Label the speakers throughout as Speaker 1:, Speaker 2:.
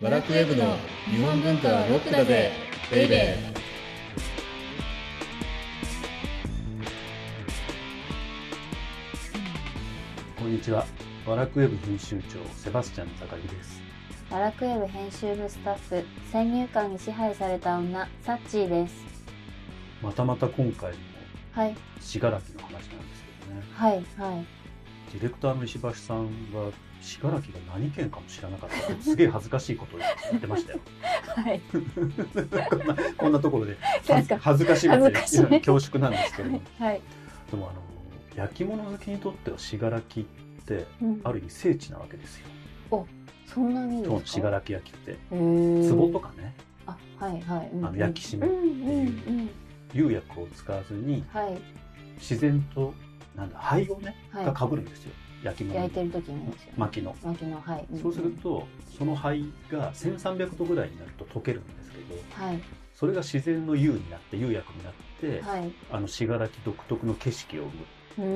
Speaker 1: ワラクウェブの日本文化はロックだぜベイベー
Speaker 2: こんにちは。ワラクウェブ編集長セバスチャン高木です。
Speaker 3: ワラクウェブ編集部スタッフ先入観に支配された女サッチーです
Speaker 2: またまた今回も
Speaker 3: はい
Speaker 2: 信楽の話なんですけどね。
Speaker 3: はいはい
Speaker 2: ディレクターの石橋さんは信楽が何県かも知らなかったからすげえ恥ずかしいことを言ってましたよ。
Speaker 3: はい
Speaker 2: こんなところで
Speaker 3: 確かに
Speaker 2: 恥ずかしいこと言っ
Speaker 3: 恥ずかしてい
Speaker 2: 恐縮なんですけども、
Speaker 3: はい、
Speaker 2: でもあの焼き物好きにとっては信楽って
Speaker 3: うん、
Speaker 2: ある意味聖地なわけですよ。
Speaker 3: そんなに
Speaker 2: 当の
Speaker 3: です
Speaker 2: 信
Speaker 3: か
Speaker 2: 楽焼きって
Speaker 3: へー
Speaker 2: 壺とかね
Speaker 3: あはいはい、うんうん
Speaker 2: あの焼き締め
Speaker 3: うんうんうん
Speaker 2: 釉薬を使わずに
Speaker 3: はい
Speaker 2: 自然となんだ灰をねが
Speaker 3: は
Speaker 2: かぶるんですよ焼き
Speaker 3: い
Speaker 2: 物
Speaker 3: 焼
Speaker 2: に
Speaker 3: いてる時にですよ、ね、
Speaker 2: 薪の
Speaker 3: 薪のはい、んん
Speaker 2: そうするとその灰が1300度ぐらいになると溶けるんですけど
Speaker 3: はい
Speaker 2: それが自然の釉になって釉薬になって、
Speaker 3: はい
Speaker 2: あの信楽独特の景色を生む、
Speaker 3: う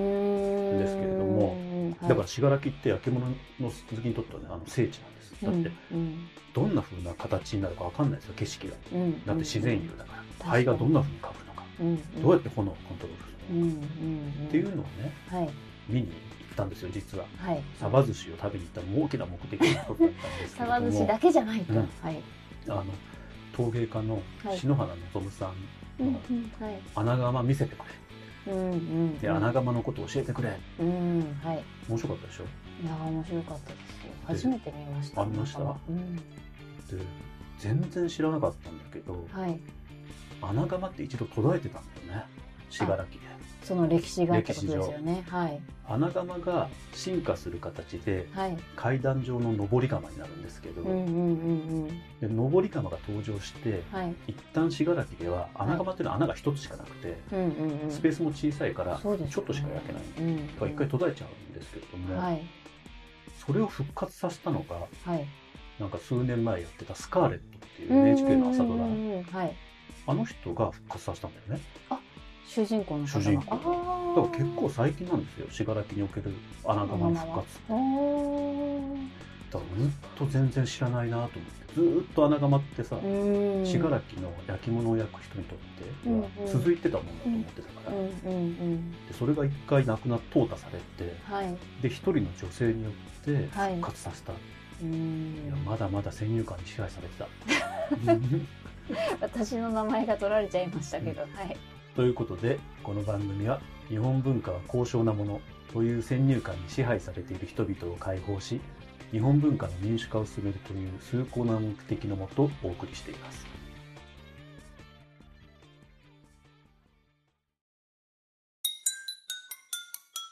Speaker 3: ーん
Speaker 2: ですけれども
Speaker 3: はい
Speaker 2: だから信楽って焼き物の好きにとってはねあの聖地なんですだって
Speaker 3: うん
Speaker 2: どんな風な形になるかわかんないですよ景色が
Speaker 3: うんうん、
Speaker 2: だって自然釉だから、
Speaker 3: かに
Speaker 2: 灰がどんな風にかぶるのか
Speaker 3: うんうん、
Speaker 2: どうやって炎をコントロールす
Speaker 3: う
Speaker 2: る
Speaker 3: ん
Speaker 2: の
Speaker 3: うん
Speaker 2: か、
Speaker 3: うん
Speaker 2: っていうのをね
Speaker 3: はい
Speaker 2: 見に行ったんですよ実は
Speaker 3: はい
Speaker 2: サバ寿司を食べに行ったのも大きな目的の一つだったんですけ
Speaker 3: サ
Speaker 2: れども
Speaker 3: バ寿司だけじゃないと、
Speaker 2: うん
Speaker 3: はい
Speaker 2: あの陶芸家の
Speaker 3: はい
Speaker 2: 篠原望さんの
Speaker 3: んはい
Speaker 2: 穴窯見せてく
Speaker 3: うんうん
Speaker 2: れで穴窯のこと教えてくれ
Speaker 3: うんはい
Speaker 2: 面白かったでしょ
Speaker 3: いやー面白かったですよ初めて見ました
Speaker 2: あ見ました
Speaker 3: うん
Speaker 2: で全然知らなかったんだけど
Speaker 3: はい
Speaker 2: 穴窯って一度途絶えてたんだよね信楽で
Speaker 3: その歴史がってことですよねはい
Speaker 2: 穴窯が進化する形で
Speaker 3: はい
Speaker 2: 階段状の上り窯になるんですけど、
Speaker 3: うんうんうんうん
Speaker 2: で上り窯が登場して
Speaker 3: はい
Speaker 2: 一旦信楽では穴窯っていうのは穴が一つしかなくて、
Speaker 3: うんうんうん
Speaker 2: スペースも小さいからち
Speaker 3: そうですよね
Speaker 2: ょっとしか焼けない、
Speaker 3: うん
Speaker 2: だから一回途絶えちゃうんですけれども、
Speaker 3: はい
Speaker 2: それを復活させたのが
Speaker 3: はい
Speaker 2: なんか数年前やってた「スカーレット」っていう NHK の朝ドラ
Speaker 3: うんうんうんはい
Speaker 2: あの人が復活させたんだよね
Speaker 3: 主人公の方
Speaker 2: 主
Speaker 3: が
Speaker 2: 人公
Speaker 3: あー
Speaker 2: だから結構最近なんですよ信楽における穴窯の復活
Speaker 3: おー
Speaker 2: だからずっと全然知らないなと思ってずーっと穴窯ってさ
Speaker 3: うん
Speaker 2: 信楽の焼き物を焼く人にとって
Speaker 3: うんう
Speaker 2: は
Speaker 3: ん
Speaker 2: 続いてたものだと思ってたから
Speaker 3: うんうんうん
Speaker 2: でそれが一回なくなっ淘汰されて
Speaker 3: はい
Speaker 2: で一人の女性によって
Speaker 3: はい
Speaker 2: 復活させた、い、
Speaker 3: うん
Speaker 2: やまだまだ先入観に支配されてた
Speaker 3: 私の名前が取られちゃいましたけど、はい
Speaker 2: ということでこの番組は日本文化は高尚なものという先入観に支配されている人々を解放し日本文化の民主化を進めるという崇高な目的のもとお送りしています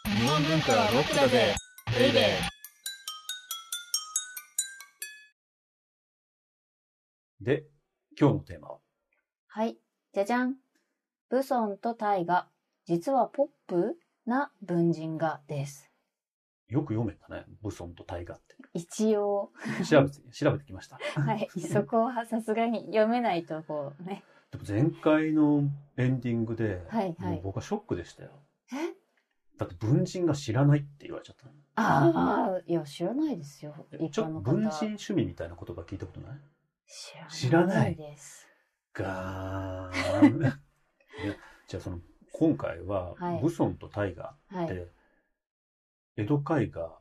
Speaker 1: 日本文化はロックだぜベイベー
Speaker 2: で今日のテーマは
Speaker 3: はい、じゃじゃん。ブソンとタイが、実はポップな文人画です。
Speaker 2: よく読めたねブソンとタイガーっ
Speaker 3: 一応、
Speaker 2: て調べて調べてきました
Speaker 3: はい、そこはさすがに読めないとこうね。
Speaker 2: でも前回のエンディングで、
Speaker 3: はいはい
Speaker 2: もう僕はショックでしたよ
Speaker 3: え
Speaker 2: だって文人が知らないって言われちゃったの
Speaker 3: ああ、いや、知らないですよ。一
Speaker 2: ちょ
Speaker 3: 般
Speaker 2: っと
Speaker 3: の方。
Speaker 2: 文人趣味みたいな言葉聞いたことない
Speaker 3: 知
Speaker 2: 知
Speaker 3: ら
Speaker 2: ら
Speaker 3: な
Speaker 2: ないい
Speaker 3: です。
Speaker 2: ガーンでじゃあその今回は、
Speaker 3: はい
Speaker 2: ブソンとタイガ
Speaker 3: は
Speaker 2: ーっ
Speaker 3: い。
Speaker 2: て江戸絵画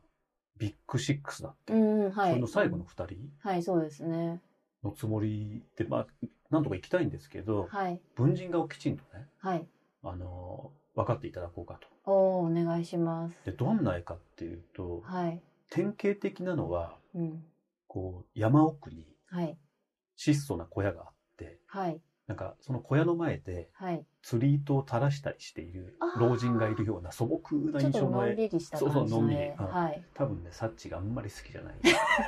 Speaker 2: ビッグシックスだっけ、
Speaker 3: うん、は
Speaker 2: それ
Speaker 3: い
Speaker 2: の。最後の2人
Speaker 3: はい、そうですね。
Speaker 2: のつもりでまあなんとか行きたいんですけど
Speaker 3: はい。
Speaker 2: 文人画をきちんとね
Speaker 3: はい。
Speaker 2: あの分かっていただこうかと。
Speaker 3: おーお願いします。
Speaker 2: でどんな絵かっていうと
Speaker 3: はい。
Speaker 2: 典型的なのは
Speaker 3: うん。
Speaker 2: こう山奥に
Speaker 3: はい。
Speaker 2: 質素な小屋があって
Speaker 3: はい。
Speaker 2: なんかその小屋の前で
Speaker 3: はい。
Speaker 2: 釣り糸を垂らしたりしている老人がいるような素朴な
Speaker 3: ちょっ
Speaker 2: 印
Speaker 3: と
Speaker 2: 象
Speaker 3: の
Speaker 2: の絵
Speaker 3: んびりした
Speaker 2: そうそ
Speaker 3: 感
Speaker 2: う
Speaker 3: じ
Speaker 2: のん
Speaker 3: の
Speaker 2: びり
Speaker 3: 絵。
Speaker 2: うん
Speaker 3: はい。
Speaker 2: 多分ね、サッチがあんまり好きじゃ ない。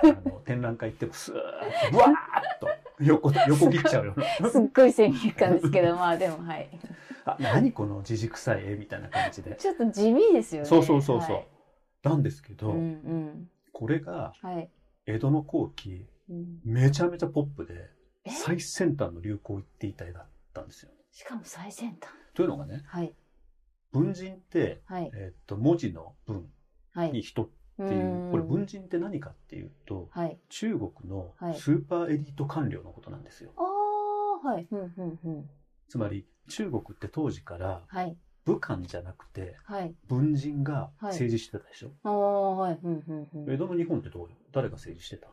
Speaker 2: あの展覧会行ってもスーッと、ブワーッと 横、横切っちゃうような。
Speaker 3: すっごい先入観ですけど、まあでもはい。
Speaker 2: あ、何このじじくさい絵みたいな感じで。
Speaker 3: ちょっと地味ですよね。
Speaker 2: そうそうそうそう。
Speaker 3: はい
Speaker 2: なんですけど、
Speaker 3: うんうん。
Speaker 2: これが
Speaker 3: はい。
Speaker 2: 江戸の後期、
Speaker 3: うん
Speaker 2: めちゃめちゃポップで、
Speaker 3: え
Speaker 2: 最先端の流行を言っていた絵だったんですよ。
Speaker 3: しかも最先端。
Speaker 2: というのがね、
Speaker 3: はい。
Speaker 2: 文人って、
Speaker 3: はい。
Speaker 2: えっと、文字の文
Speaker 3: は
Speaker 2: に
Speaker 3: い。
Speaker 2: 人っていう、
Speaker 3: ん
Speaker 2: これ文人って何かっていうと、
Speaker 3: はい。
Speaker 2: 中国の
Speaker 3: はい
Speaker 2: スーパーエリート官僚のことなんですよ。
Speaker 3: ああ、はい。うん、うん、うん。
Speaker 2: つまり中国って当時から
Speaker 3: はい。
Speaker 2: 武官じゃなくて
Speaker 3: はい。
Speaker 2: 文人が政治してたでしょ。
Speaker 3: ああ、はい。うん、うん、うん。
Speaker 2: 江戸の日本ってどうよ誰が政治してた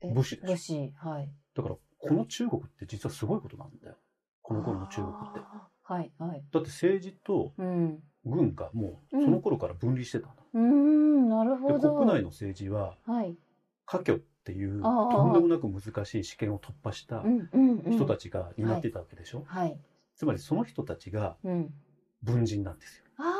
Speaker 3: え
Speaker 2: 武士でしょ
Speaker 3: 武士、はい。
Speaker 2: だからこの中国って実はすごいことなんだよ。この頃の中国って。
Speaker 3: あー。はい、はい。
Speaker 2: だって政治と
Speaker 3: うん。
Speaker 2: 軍がもうその頃から分離してたんだ。
Speaker 3: うーん、なるほ
Speaker 2: で
Speaker 3: ど。
Speaker 2: 国内の政治は
Speaker 3: はい。
Speaker 2: 科挙っていう
Speaker 3: あー
Speaker 2: とんでもなく難しい試験を突破した
Speaker 3: うん、うん、うん。
Speaker 2: 人たちが担ってたわけでしょ、
Speaker 3: はい。
Speaker 2: つまりその人たちが
Speaker 3: うん。
Speaker 2: 文人なんですよ。
Speaker 3: あ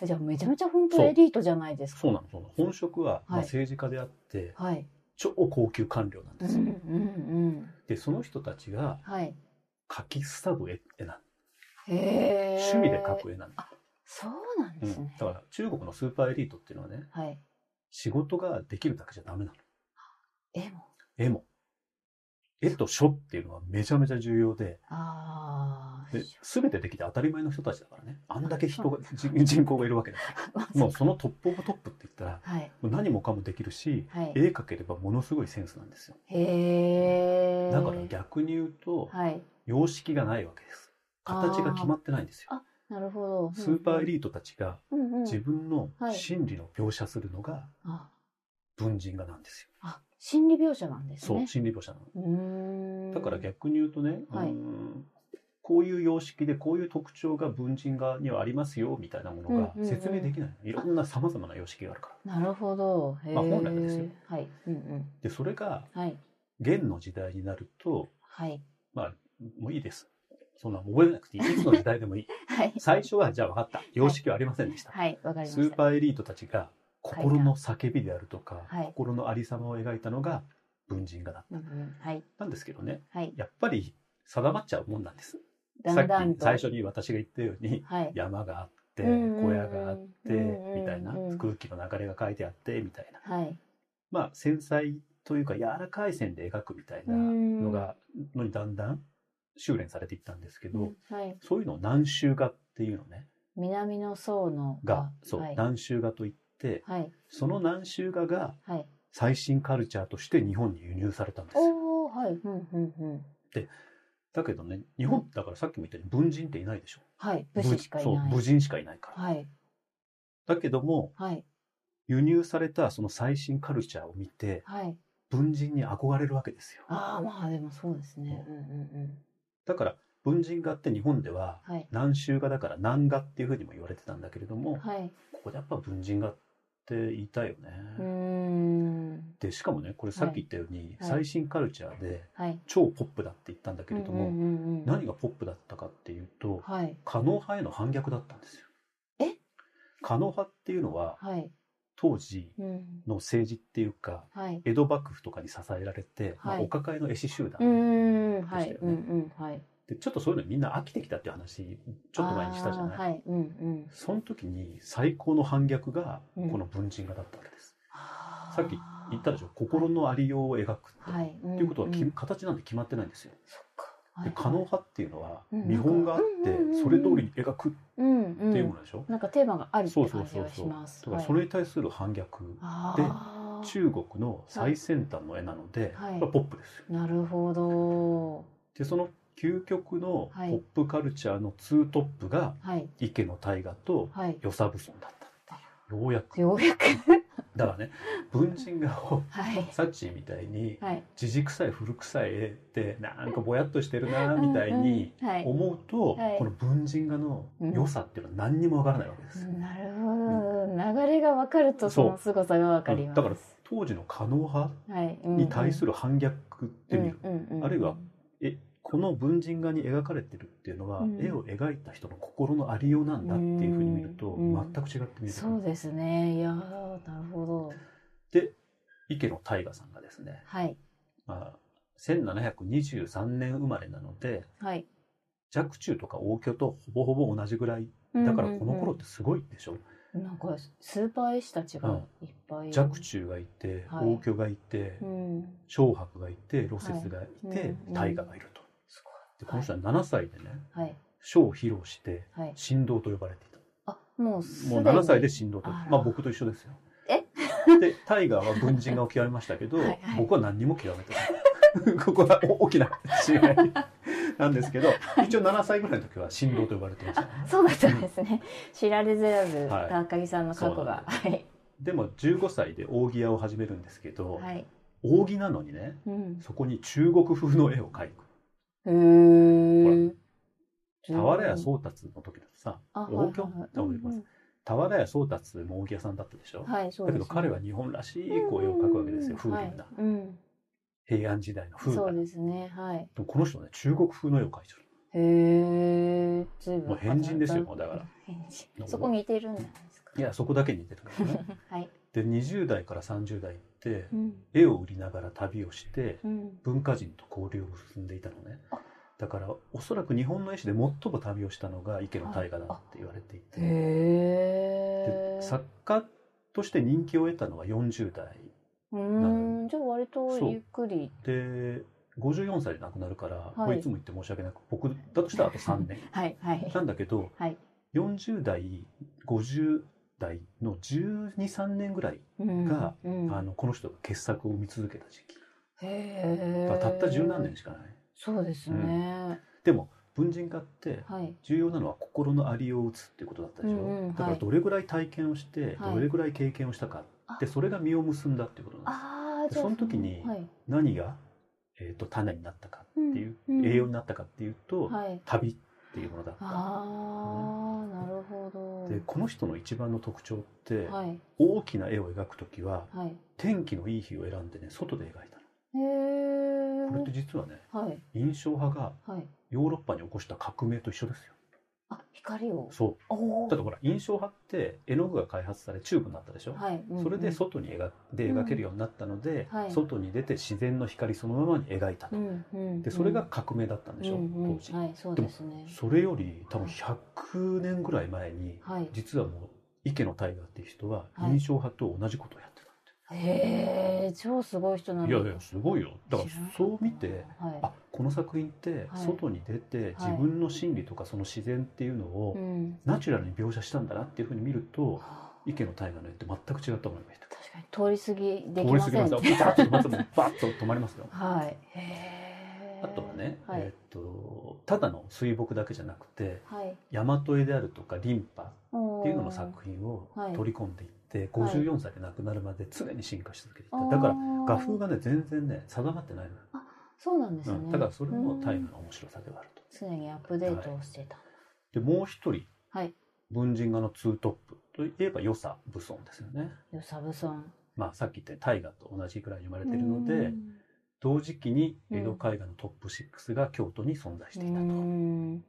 Speaker 3: あ、じゃあめちゃめちゃ本当
Speaker 2: そう
Speaker 3: エリートじゃないですか。
Speaker 2: そうなのそうなの本職は、まあ
Speaker 3: はい
Speaker 2: 政治家であって
Speaker 3: はい。
Speaker 2: 超高級官僚なん
Speaker 3: う
Speaker 2: で
Speaker 3: ん、
Speaker 2: す
Speaker 3: う
Speaker 2: よ。
Speaker 3: ん、うん。
Speaker 2: でその人たちが
Speaker 3: はい。
Speaker 2: 描きスタブ絵ってな
Speaker 3: へえ。
Speaker 2: 趣味で描く絵なんだ,、
Speaker 3: そうなん
Speaker 2: う
Speaker 3: です
Speaker 2: ん、
Speaker 3: ね
Speaker 2: だ。から中国のスーパーエリートっていうのはね
Speaker 3: はい。
Speaker 2: 仕事ができるだけじゃダメなの
Speaker 3: 絵も。
Speaker 2: 絵も絵と書っていうのはめちゃめちゃ重要で
Speaker 3: ああ。
Speaker 2: で全てできて当たり前の人たちだからねあんだけ人が人人口がいるわ けだからもうそのトップオブトップって言ったら
Speaker 3: はい。
Speaker 2: もう何もかもできるし
Speaker 3: はい。
Speaker 2: 絵描ければものすごいセンスなんですよ
Speaker 3: へえ。
Speaker 2: だから逆に言うと
Speaker 3: はい。
Speaker 2: 様式がないわけです形が決まってないんですよ
Speaker 3: あなるほど。
Speaker 2: スーパーエ
Speaker 3: ー
Speaker 2: リートたちが
Speaker 3: ト。うんうん。
Speaker 2: 自分の
Speaker 3: はい
Speaker 2: 心理の描写するのが
Speaker 3: あ、
Speaker 2: 文人画なんですよ。
Speaker 3: あ、心理描写なんです
Speaker 2: そう、
Speaker 3: ね。
Speaker 2: 心理描写なの。
Speaker 3: うーん。
Speaker 2: だから逆に言うとね、
Speaker 3: はいう
Speaker 2: ーんこういう様式でこういう特徴が文人画にはありますよみたいなものが
Speaker 3: うんうんうん
Speaker 2: 説明できない。いろんなさまざまな様式があるから。
Speaker 3: なるほど。へえ。
Speaker 2: まあ本来はですよ
Speaker 3: はい。うんうん。
Speaker 2: で、それが
Speaker 3: はい。
Speaker 2: 元の時代になると、
Speaker 3: はい。
Speaker 2: まあ、もういいです。そんな覚えなくていい。いつの時代で もいい。
Speaker 3: はい。
Speaker 2: 最初はじゃあ分かった。様式はありませんでした。
Speaker 3: はい。わかりま
Speaker 2: ス
Speaker 3: し
Speaker 2: ー
Speaker 3: た。
Speaker 2: パーエリートたちが心の叫びであるとか、
Speaker 3: はい
Speaker 2: 心のありさまを描いたのが文人画だ。
Speaker 3: うんうん。はい。
Speaker 2: なんですけどね、
Speaker 3: はい。
Speaker 2: やっぱり定まっちゃうもんなんです。
Speaker 3: だんだ
Speaker 2: さっ
Speaker 3: ん
Speaker 2: き
Speaker 3: と。
Speaker 2: 最初に私が言ったように、
Speaker 3: はい。
Speaker 2: 山があって、
Speaker 3: うんうんうん
Speaker 2: 小屋があって、
Speaker 3: うんうんうん
Speaker 2: みたいな、空気の流れが書いてあって、みたいな。
Speaker 3: はい。
Speaker 2: まあ、繊細というか柔らかい線で描くみたいなのが、のにだんだん修練されていったんですけど、
Speaker 3: はい。
Speaker 2: そういうのを南州画っていうのね、
Speaker 3: 南の層の
Speaker 2: が、そう、
Speaker 3: はい。
Speaker 2: 南州画といって、
Speaker 3: はい。
Speaker 2: その南州画が
Speaker 3: はい。
Speaker 2: 最新カルチャーとして日本に輸入されたんですよ。
Speaker 3: おお、はい。うんうんうん。
Speaker 2: だけどね、日本だからさっきも言ったように文人っていないでしょ。
Speaker 3: はい。武士しかい
Speaker 2: そう
Speaker 3: ない。
Speaker 2: 武人しかいないから、
Speaker 3: はい。
Speaker 2: だけども
Speaker 3: はい。
Speaker 2: 輸入されたその最新カルチャーを見て
Speaker 3: はい。
Speaker 2: 文人に憧れるわけですよ
Speaker 3: ああ、まあでもそうですね。うんうんうん。
Speaker 2: だから文人画って日本では
Speaker 3: はい。
Speaker 2: 南州画だから南画っていうふうにも言われてたんだけれども、
Speaker 3: はい。
Speaker 2: ここでやっぱ文人画って言いたいよね、
Speaker 3: うーん。
Speaker 2: でしかもねこれさっき言ったように、
Speaker 3: はい
Speaker 2: 最新カルチャーで
Speaker 3: はい。
Speaker 2: 超ポップだって言ったんだけれども、
Speaker 3: うんうんうんうん、
Speaker 2: 何がポップだったかっていうと
Speaker 3: はい。
Speaker 2: 狩野派への反逆だったんですよ
Speaker 3: え
Speaker 2: 狩野派っていうのは
Speaker 3: はい。
Speaker 2: 当時
Speaker 3: うん。
Speaker 2: の政治っていうか
Speaker 3: はい。
Speaker 2: 江戸幕府とかに支えられて、まあ
Speaker 3: はい
Speaker 2: お抱えの絵師集団
Speaker 3: うーん。
Speaker 2: で
Speaker 3: は
Speaker 2: した
Speaker 3: い。
Speaker 2: よ
Speaker 3: うん
Speaker 2: ね。
Speaker 3: うん。はい。
Speaker 2: でちょっとそういうのみんな飽きてきたっていう話ちょっと前にしたじゃない、
Speaker 3: あーはい。うんうん。
Speaker 2: その時に最高の反逆が
Speaker 3: うん
Speaker 2: この文人画だったわけです、
Speaker 3: さ
Speaker 2: っき言ったでしょ心のありようを描くって、
Speaker 3: はい。っ
Speaker 2: っていうことはき、
Speaker 3: んん、
Speaker 2: 形なんて決まってないんですよ。
Speaker 3: そっか。
Speaker 2: で可能派っていうのは
Speaker 3: うん
Speaker 2: 見本があって
Speaker 3: うんうんうんうん
Speaker 2: それ通りに描くっ
Speaker 3: うん
Speaker 2: て
Speaker 3: うん。
Speaker 2: いうものでしょ、
Speaker 3: なんかテーマがあるって
Speaker 2: そうそ
Speaker 3: 感
Speaker 2: う
Speaker 3: じ
Speaker 2: そう
Speaker 3: が
Speaker 2: そ
Speaker 3: し
Speaker 2: うだ
Speaker 3: ます。
Speaker 2: からそれに対する反逆、
Speaker 3: はい、
Speaker 2: 中国の最先端の絵なので、
Speaker 3: はい
Speaker 2: これはポップですよ
Speaker 3: でなるほど。
Speaker 2: でその究極のポ
Speaker 3: はい
Speaker 2: ップカルチャーのツートップが
Speaker 3: はい
Speaker 2: 池の大河と
Speaker 3: はい。
Speaker 2: 与謝蕪村だったっていうようやく
Speaker 3: ようやく
Speaker 2: だからね文人画を
Speaker 3: はい
Speaker 2: サッチーみたいに
Speaker 3: はい
Speaker 2: 自軸臭い古臭い絵ってなんかぼやっとしてるなみたいに
Speaker 3: うんうんはい
Speaker 2: 思うと、
Speaker 3: はい
Speaker 2: この文人画の良さっていうのは何にもわからないわけです、
Speaker 3: なるほど流れが分かるとその凄さが分かります。
Speaker 2: だから当時の狩野派
Speaker 3: はい
Speaker 2: に対す
Speaker 3: る
Speaker 2: る反逆ってみる、あるいはえこの文人画に描かれてるっていうのは、
Speaker 3: うん
Speaker 2: 絵を描いた人の心のありようなんだっていうふうに見ると、
Speaker 3: うん
Speaker 2: 全く違って見えてく
Speaker 3: そう
Speaker 2: る
Speaker 3: ですねいやーなるほど
Speaker 2: で池野大河さんがですね、
Speaker 3: はい
Speaker 2: まあ、1723年生まれなので
Speaker 3: はい
Speaker 2: 若冲とか応挙とほぼほぼ同じぐらいだからこの頃ってすごいでしょ、
Speaker 3: うんうんうんなんかスーパー絵師たちがいっぱい、
Speaker 2: 若冲がいて
Speaker 3: はい
Speaker 2: 応挙がいて
Speaker 3: うん
Speaker 2: 蕭白がいて露雪がい
Speaker 3: はい
Speaker 2: て
Speaker 3: うん
Speaker 2: 大河がいると。
Speaker 3: す
Speaker 2: でこの人は7歳でね
Speaker 3: ごいはい
Speaker 2: 書を披露して
Speaker 3: はい
Speaker 2: 神童と呼ばれていた。
Speaker 3: あもうす
Speaker 2: も
Speaker 3: で
Speaker 2: う
Speaker 3: に
Speaker 2: 7歳で神童と
Speaker 3: あら
Speaker 2: まあ僕と一緒ですよ
Speaker 3: え
Speaker 2: でタイガーは文人が嫌いましたけど
Speaker 3: はいはい
Speaker 2: 僕は何にも嫌めてない ここはお大きな違いなんですけど一応7歳ぐらいの時は神童と呼ばれてましたね、
Speaker 3: そうだったんですね。知られずらず、
Speaker 2: はい
Speaker 3: 高木さんの過去が。はい。
Speaker 2: でも15歳で扇屋を始めるんですけど、
Speaker 3: はい。
Speaker 2: 扇なのにね
Speaker 3: うん。
Speaker 2: そこに中国風の絵を描く
Speaker 3: うーん。
Speaker 2: 俵屋
Speaker 3: う。
Speaker 2: 宗達の時だとさ
Speaker 3: あはい
Speaker 2: 王
Speaker 3: はいは
Speaker 2: 鏡
Speaker 3: い
Speaker 2: と思います俵屋宗達も扇屋さんだったでしょ、
Speaker 3: はい、そう
Speaker 2: だ
Speaker 3: です、
Speaker 2: けど彼は日本らしいこう絵を描くわけですよ風
Speaker 3: は
Speaker 2: 流
Speaker 3: い
Speaker 2: な、
Speaker 3: うん。
Speaker 2: 平安時代の風流な
Speaker 3: そうですね。はい。
Speaker 2: でもこの人ね中国風の絵を描いてる
Speaker 3: へえ。ずいぶん。
Speaker 2: もう変人ですよもうだから
Speaker 3: 変人。そこ似てるんじゃないですか。
Speaker 2: いやそこだけに似てるんですね
Speaker 3: はい。
Speaker 2: で20代から30代って
Speaker 3: うん。
Speaker 2: 絵を売りながら旅をして
Speaker 3: うん。
Speaker 2: 文化人と交流を進んでいたのね
Speaker 3: あ
Speaker 2: だからおそらく日本の絵師で最も旅をしたのが池野大河だって言われていて、で
Speaker 3: へえ。
Speaker 2: 作家として人気を得たのは40代
Speaker 3: うーん。じゃあ割とゆっくり。
Speaker 2: で54歳で亡くなるから、
Speaker 3: い
Speaker 2: これいつも言って申し訳なく僕だとしたらあと3年
Speaker 3: はいはい。
Speaker 2: なんだけど
Speaker 3: はい。
Speaker 2: 40代50代の123年ぐらい、
Speaker 3: うん
Speaker 2: が、
Speaker 3: うん
Speaker 2: あのこの人が傑作を見続けた時期
Speaker 3: へ
Speaker 2: だ
Speaker 3: え
Speaker 2: からたった十何年しかない
Speaker 3: そうですね、
Speaker 2: でも文人画って
Speaker 3: はい
Speaker 2: 重要なのは心のアリを打つっていうことだったでしょ、
Speaker 3: うんうん
Speaker 2: だから
Speaker 3: はい
Speaker 2: どれぐらい体験をして、
Speaker 3: はい
Speaker 2: どれぐらい経験をしたかでそれが実を結んだっていうことなんです
Speaker 3: あーじゃあ
Speaker 2: その時に
Speaker 3: はい、
Speaker 2: 何が、えー、と種になったかっていう、
Speaker 3: うんうん
Speaker 2: 栄養になったかっていうと、
Speaker 3: はい
Speaker 2: 旅っていうものだった
Speaker 3: ああなるほ
Speaker 2: でこの人の一番の特徴って、
Speaker 3: どはい
Speaker 2: 大きな絵を描く時は
Speaker 3: はい
Speaker 2: 天気のいい日を選んでね外で描いた
Speaker 3: へえ
Speaker 2: のこれって実はね
Speaker 3: はい
Speaker 2: 印象派が
Speaker 3: はい
Speaker 2: ヨーロッパに起こした革命と一緒ですよ
Speaker 3: あ光を
Speaker 2: そ
Speaker 3: お
Speaker 2: うだってほら印象派って絵の具が開発されチューブになったでしょ、
Speaker 3: はい、うんうん
Speaker 2: それで外に描で描けるようになったので、
Speaker 3: うんはい
Speaker 2: 外に出て自然の光そのままに描いた
Speaker 3: う
Speaker 2: と、
Speaker 3: んうん
Speaker 2: でそれが革命だったんでしょ、
Speaker 3: うんうん
Speaker 2: 当時、
Speaker 3: はいそうですね
Speaker 2: それより多分100年ぐらい前に
Speaker 3: はい
Speaker 2: 実はもう池野大河っていう人は
Speaker 3: はい
Speaker 2: 印象派と同じことをやってたって、
Speaker 3: へえ超すごい人なん
Speaker 2: い、やいやすごいよだからそう見て
Speaker 3: はい
Speaker 2: あこの作品って
Speaker 3: はい
Speaker 2: 外に出て
Speaker 3: はい
Speaker 2: 自分の心理とかその自然っていうのを
Speaker 3: うん
Speaker 2: ナチュラルに描写したんだなっていうふうに見ると
Speaker 3: はあ
Speaker 2: 池野大河の絵って全く違ったものが見えて
Speaker 3: 確かに通り過ぎで
Speaker 2: 通り
Speaker 3: きま
Speaker 2: 過ぎ
Speaker 3: せ
Speaker 2: ま
Speaker 3: ん
Speaker 2: すよ
Speaker 3: ね
Speaker 2: ビタッとまたバッと止まりますよ
Speaker 3: はいへえ
Speaker 2: あとはね、
Speaker 3: はい、
Speaker 2: えーっとただの水墨だけじゃなくて
Speaker 3: はい
Speaker 2: 大和絵であるとかリンパっ
Speaker 3: って
Speaker 2: いうのの作品を
Speaker 3: はい
Speaker 2: 取り込んでいって、
Speaker 3: はい
Speaker 2: 54歳で亡くなるまで常に進化し続けていた、だから画風がね全然ね定まってないのよ、
Speaker 3: そうなんです
Speaker 2: う
Speaker 3: ね、
Speaker 2: ん、だからそれもタイム
Speaker 3: うん
Speaker 2: の面白さではあると
Speaker 3: 常にアップデートをしてた
Speaker 2: でもう一人
Speaker 3: はい
Speaker 2: 文人画のツートップといえば与謝武尊ですよね
Speaker 3: よさぶさん
Speaker 2: まあさっき言った大河と同じくらいに生まれているので同時期に江戸絵画のトップ6が京都に存在していたと、
Speaker 3: うん
Speaker 2: で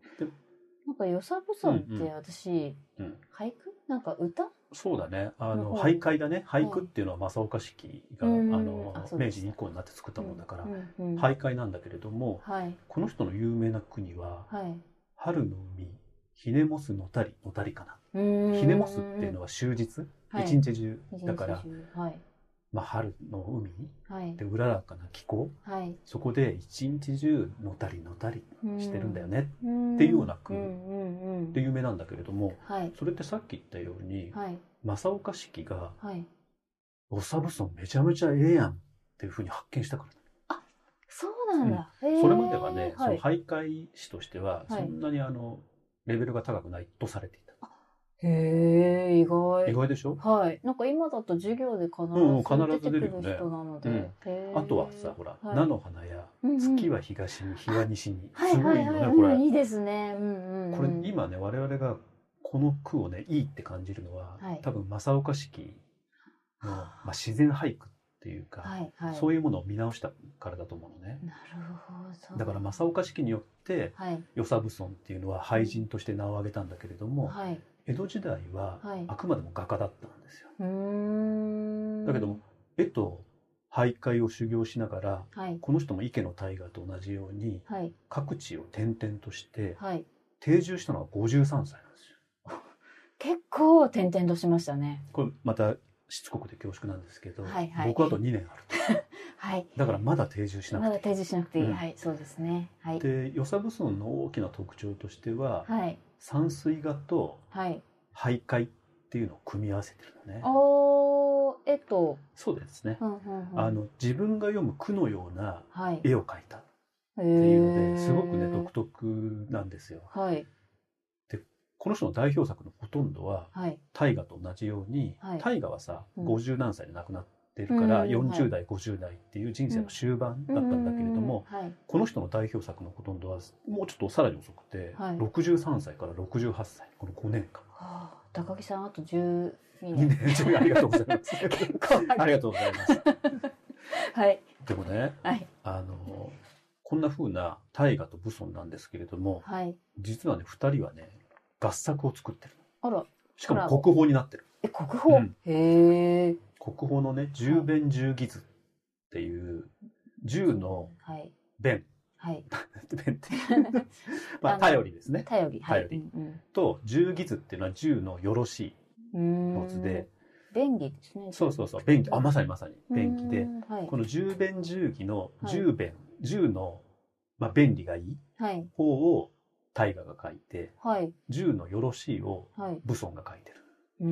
Speaker 3: なんかよさぶさんっ
Speaker 2: うんう
Speaker 3: て私、
Speaker 2: うん
Speaker 3: 俳句なんか歌
Speaker 2: そうだねあ
Speaker 3: なるほ
Speaker 2: の
Speaker 3: ど
Speaker 2: 俳諧だね俳句っていうのは正岡子規が、
Speaker 3: うん
Speaker 2: あの
Speaker 3: あそう
Speaker 2: 明
Speaker 3: で
Speaker 2: 治
Speaker 3: す
Speaker 2: 以降になって作ったものだから、
Speaker 3: うんうん
Speaker 2: 俳諧なんだけれども、
Speaker 3: はい
Speaker 2: この人の有名な国は、
Speaker 3: はい
Speaker 2: 春の海、ひねもすのたり、のたりか
Speaker 3: うー
Speaker 2: な。
Speaker 3: ん
Speaker 2: ひねもすっていうのは終日、
Speaker 3: はい
Speaker 2: 一日中。だから
Speaker 3: 一、日中はい
Speaker 2: まあ、春の海
Speaker 3: はい
Speaker 2: で、うららかな気候、
Speaker 3: はい
Speaker 2: そこで一日中、のたりのたりしてるんだよね
Speaker 3: っ
Speaker 2: っていうような句
Speaker 3: うんうんうんう
Speaker 2: っ
Speaker 3: ん
Speaker 2: て有名なんだけれども、
Speaker 3: はい
Speaker 2: それってさっき言ったように、
Speaker 3: はい
Speaker 2: 正岡子規が、
Speaker 3: はい
Speaker 2: おさぶそんめちゃめちゃええやんっていうふうに発見したから。
Speaker 3: そうなんだ、へー
Speaker 2: それまではね、そ
Speaker 3: は
Speaker 2: の
Speaker 3: い、
Speaker 2: 徘徊詩としては、
Speaker 3: はい
Speaker 2: そんなにあの、レベルが高くないとされていた。
Speaker 3: へえ意外
Speaker 2: 意外でしょ
Speaker 3: はい。なんか今だと授業で必
Speaker 2: うんうん
Speaker 3: ず
Speaker 2: 必ず出るよね
Speaker 3: 出てくる人なので。
Speaker 2: うん
Speaker 3: へー
Speaker 2: あとはさ、ほら、
Speaker 3: はい
Speaker 2: 菜の花や
Speaker 3: うんうん
Speaker 2: 月は東に、日は西に。
Speaker 3: はい
Speaker 2: すご
Speaker 3: はいい
Speaker 2: よ
Speaker 3: はい。
Speaker 2: ね、こ
Speaker 3: うん
Speaker 2: れ。
Speaker 3: いいですね。うんうんうん。
Speaker 2: これ今ね、我々がこの句をね、いいって感じるのは、
Speaker 3: はい
Speaker 2: 多分正岡子規 の、まあ、自然俳句っていうか、
Speaker 3: はいはい。
Speaker 2: そういうものを見直したからだと思うのね。
Speaker 3: なるほど。
Speaker 2: だから正岡子規によって、
Speaker 3: はい
Speaker 2: 与謝蕪村っていうのは俳人として名を挙げたんだけれども、
Speaker 3: はい。
Speaker 2: 江戸時代は
Speaker 3: はい
Speaker 2: あくまでも画家だったんですよ。
Speaker 3: うーん。
Speaker 2: だけども。絵と俳諧を修行しながら、
Speaker 3: はい
Speaker 2: この人も池の大河と同じように、
Speaker 3: はい
Speaker 2: 各地を転々として
Speaker 3: はい。
Speaker 2: 定住したのは53歳なんですよ。
Speaker 3: 結構転々としましたね。
Speaker 2: これまたしつこくて恐縮なんですけど、
Speaker 3: はいはい
Speaker 2: 僕あと2年あると。
Speaker 3: はい。
Speaker 2: だからまだ定住しな
Speaker 3: まだ
Speaker 2: くてい
Speaker 3: 提
Speaker 2: い。
Speaker 3: 示しなくていい。
Speaker 2: うん
Speaker 3: はいそうですね。はい。
Speaker 2: で、与謝蕪村の大きな特徴としては、
Speaker 3: はい
Speaker 2: 山水画と
Speaker 3: はい。
Speaker 2: 徘徊っていうのを組み合わせてるのね。
Speaker 3: おーえと。
Speaker 2: そうですね
Speaker 3: う。んうんうん、
Speaker 2: あの自分が読む句のような
Speaker 3: はい、
Speaker 2: 絵を描いたっ
Speaker 3: って
Speaker 2: ていうのですごくね独特なんですよ。
Speaker 3: はい
Speaker 2: この人の代表作のほとんどは
Speaker 3: はい
Speaker 2: 大河と同じように、
Speaker 3: はい
Speaker 2: 大河はさ、
Speaker 3: うん
Speaker 2: 50何歳で亡くなってるから、
Speaker 3: うん
Speaker 2: 40代50代っていう人生の終盤だったんだけれども、
Speaker 3: うんうんうんはい
Speaker 2: この人の代表作のほとんどはもうちょっとさらに遅くて、
Speaker 3: はい
Speaker 2: 63歳から68歳この5年間。
Speaker 3: はあ高木さんあと12
Speaker 2: 2
Speaker 3: 年
Speaker 2: 年中ありがとうございます。
Speaker 3: 結構ある
Speaker 2: ありがとうございます。
Speaker 3: はい
Speaker 2: でもね、
Speaker 3: はい
Speaker 2: あのこんな風な大河と武尊なんですけれども、
Speaker 3: はい
Speaker 2: 実はね2人はね合作を作ってる。
Speaker 3: あら
Speaker 2: しかも国宝になってる。
Speaker 3: え国宝、
Speaker 2: うん
Speaker 3: へえ
Speaker 2: 国宝のね「十弁十義図」っていう十の
Speaker 3: はい
Speaker 2: 弁
Speaker 3: はい
Speaker 2: 弁っていうま
Speaker 3: あ
Speaker 2: あ
Speaker 3: の
Speaker 2: 頼りですね
Speaker 3: 頼りはい
Speaker 2: 頼り
Speaker 3: うん
Speaker 2: と十義図っていうのは十のよろし
Speaker 3: うん
Speaker 2: いう
Speaker 3: ーん
Speaker 2: の図で
Speaker 3: 便宜ですね
Speaker 2: そうそうそう便器あまさにまさに便器
Speaker 3: う
Speaker 2: で
Speaker 3: ーんはい
Speaker 2: この十弁十義の
Speaker 3: はい
Speaker 2: 十弁十の、まあ、便利がいい
Speaker 3: はい
Speaker 2: 方を大河が書いて
Speaker 3: はい
Speaker 2: 十のよろしいを
Speaker 3: はいう
Speaker 2: 武尊が書いてる。
Speaker 3: ー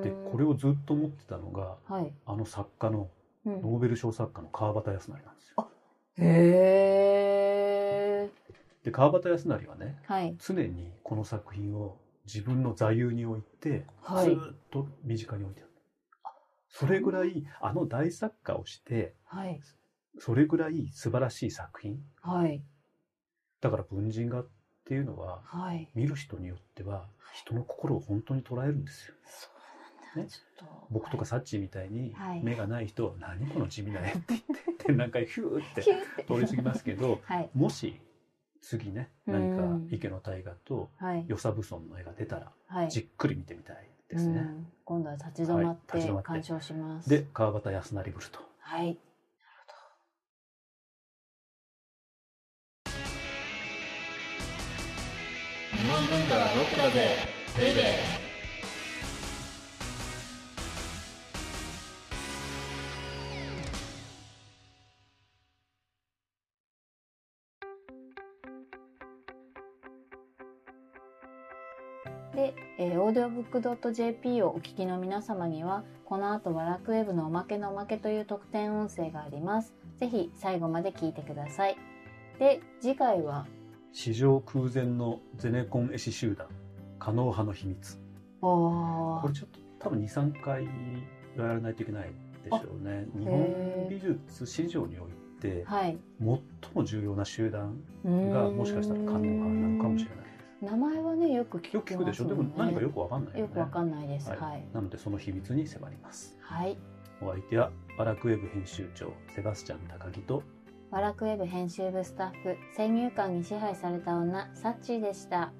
Speaker 3: ん
Speaker 2: でこれをずっと持ってたのが
Speaker 3: はい、
Speaker 2: あの作家の
Speaker 3: うん
Speaker 2: ノーベル賞作家の川端康成なんですよ。
Speaker 3: へえ
Speaker 2: で川端康成はね
Speaker 3: はい
Speaker 2: 常にこの作品を自分の座右に置いて、
Speaker 3: はい
Speaker 2: ずーっと身近に置いてあるそれぐらいあの大作家をして
Speaker 3: はい
Speaker 2: それぐらい素晴らしい作品
Speaker 3: はい
Speaker 2: だから文人画っていうのは
Speaker 3: はい
Speaker 2: 見る人によっては人の心を本当に捉えるんですよ
Speaker 3: そうなんだ
Speaker 2: ね
Speaker 3: ちょっと
Speaker 2: 僕とかサッチーみたいに
Speaker 3: はい
Speaker 2: 目がない人は何この地味な絵って言って展覧会ヒュー って
Speaker 3: ヒューって
Speaker 2: 通り過ぎますけど
Speaker 3: はい
Speaker 2: もし次ね何か
Speaker 3: うん
Speaker 2: 池の大河と
Speaker 3: はい
Speaker 2: 与謝武尊の絵が出たら
Speaker 3: はい
Speaker 2: じっくり見てみたいです
Speaker 3: う
Speaker 2: ね。
Speaker 3: ん今度は立ち止まっ
Speaker 2: はい立
Speaker 3: て
Speaker 2: ち止まって
Speaker 3: 鑑賞します、
Speaker 2: で川端康成ぶると。
Speaker 3: はい
Speaker 1: 日本文化はロックだぜベイベー
Speaker 3: で、えー、オーディオブックドット JP をお聞きの皆様にはこの後はラクウェブのおまけのおまけという特典音声がありますぜひ最後まで聞いてくださいで次回は
Speaker 2: 史上空前のゼネコン絵師集団可能派の秘密
Speaker 3: お
Speaker 2: こ
Speaker 3: ー
Speaker 2: れちょっと多分23回はやらないといけないでしょうね日本美術史上において
Speaker 3: はい
Speaker 2: 最も重要な集団
Speaker 3: うーん
Speaker 2: がもしかしたら可能派なのかもしれないです
Speaker 3: 名前はねよく聞き
Speaker 2: よ
Speaker 3: ます
Speaker 2: く聞
Speaker 3: もんね
Speaker 2: くでしょでも何かよくわかんないよ
Speaker 3: よ
Speaker 2: ね
Speaker 3: くわかんないですは
Speaker 2: はいい、なのでその秘密に迫ります
Speaker 3: はい
Speaker 2: お相手はバラクウェブ編集長セバスチャン高木と
Speaker 3: ワラクウェブ編集部スタッフ先入観に支配された女サッチーでした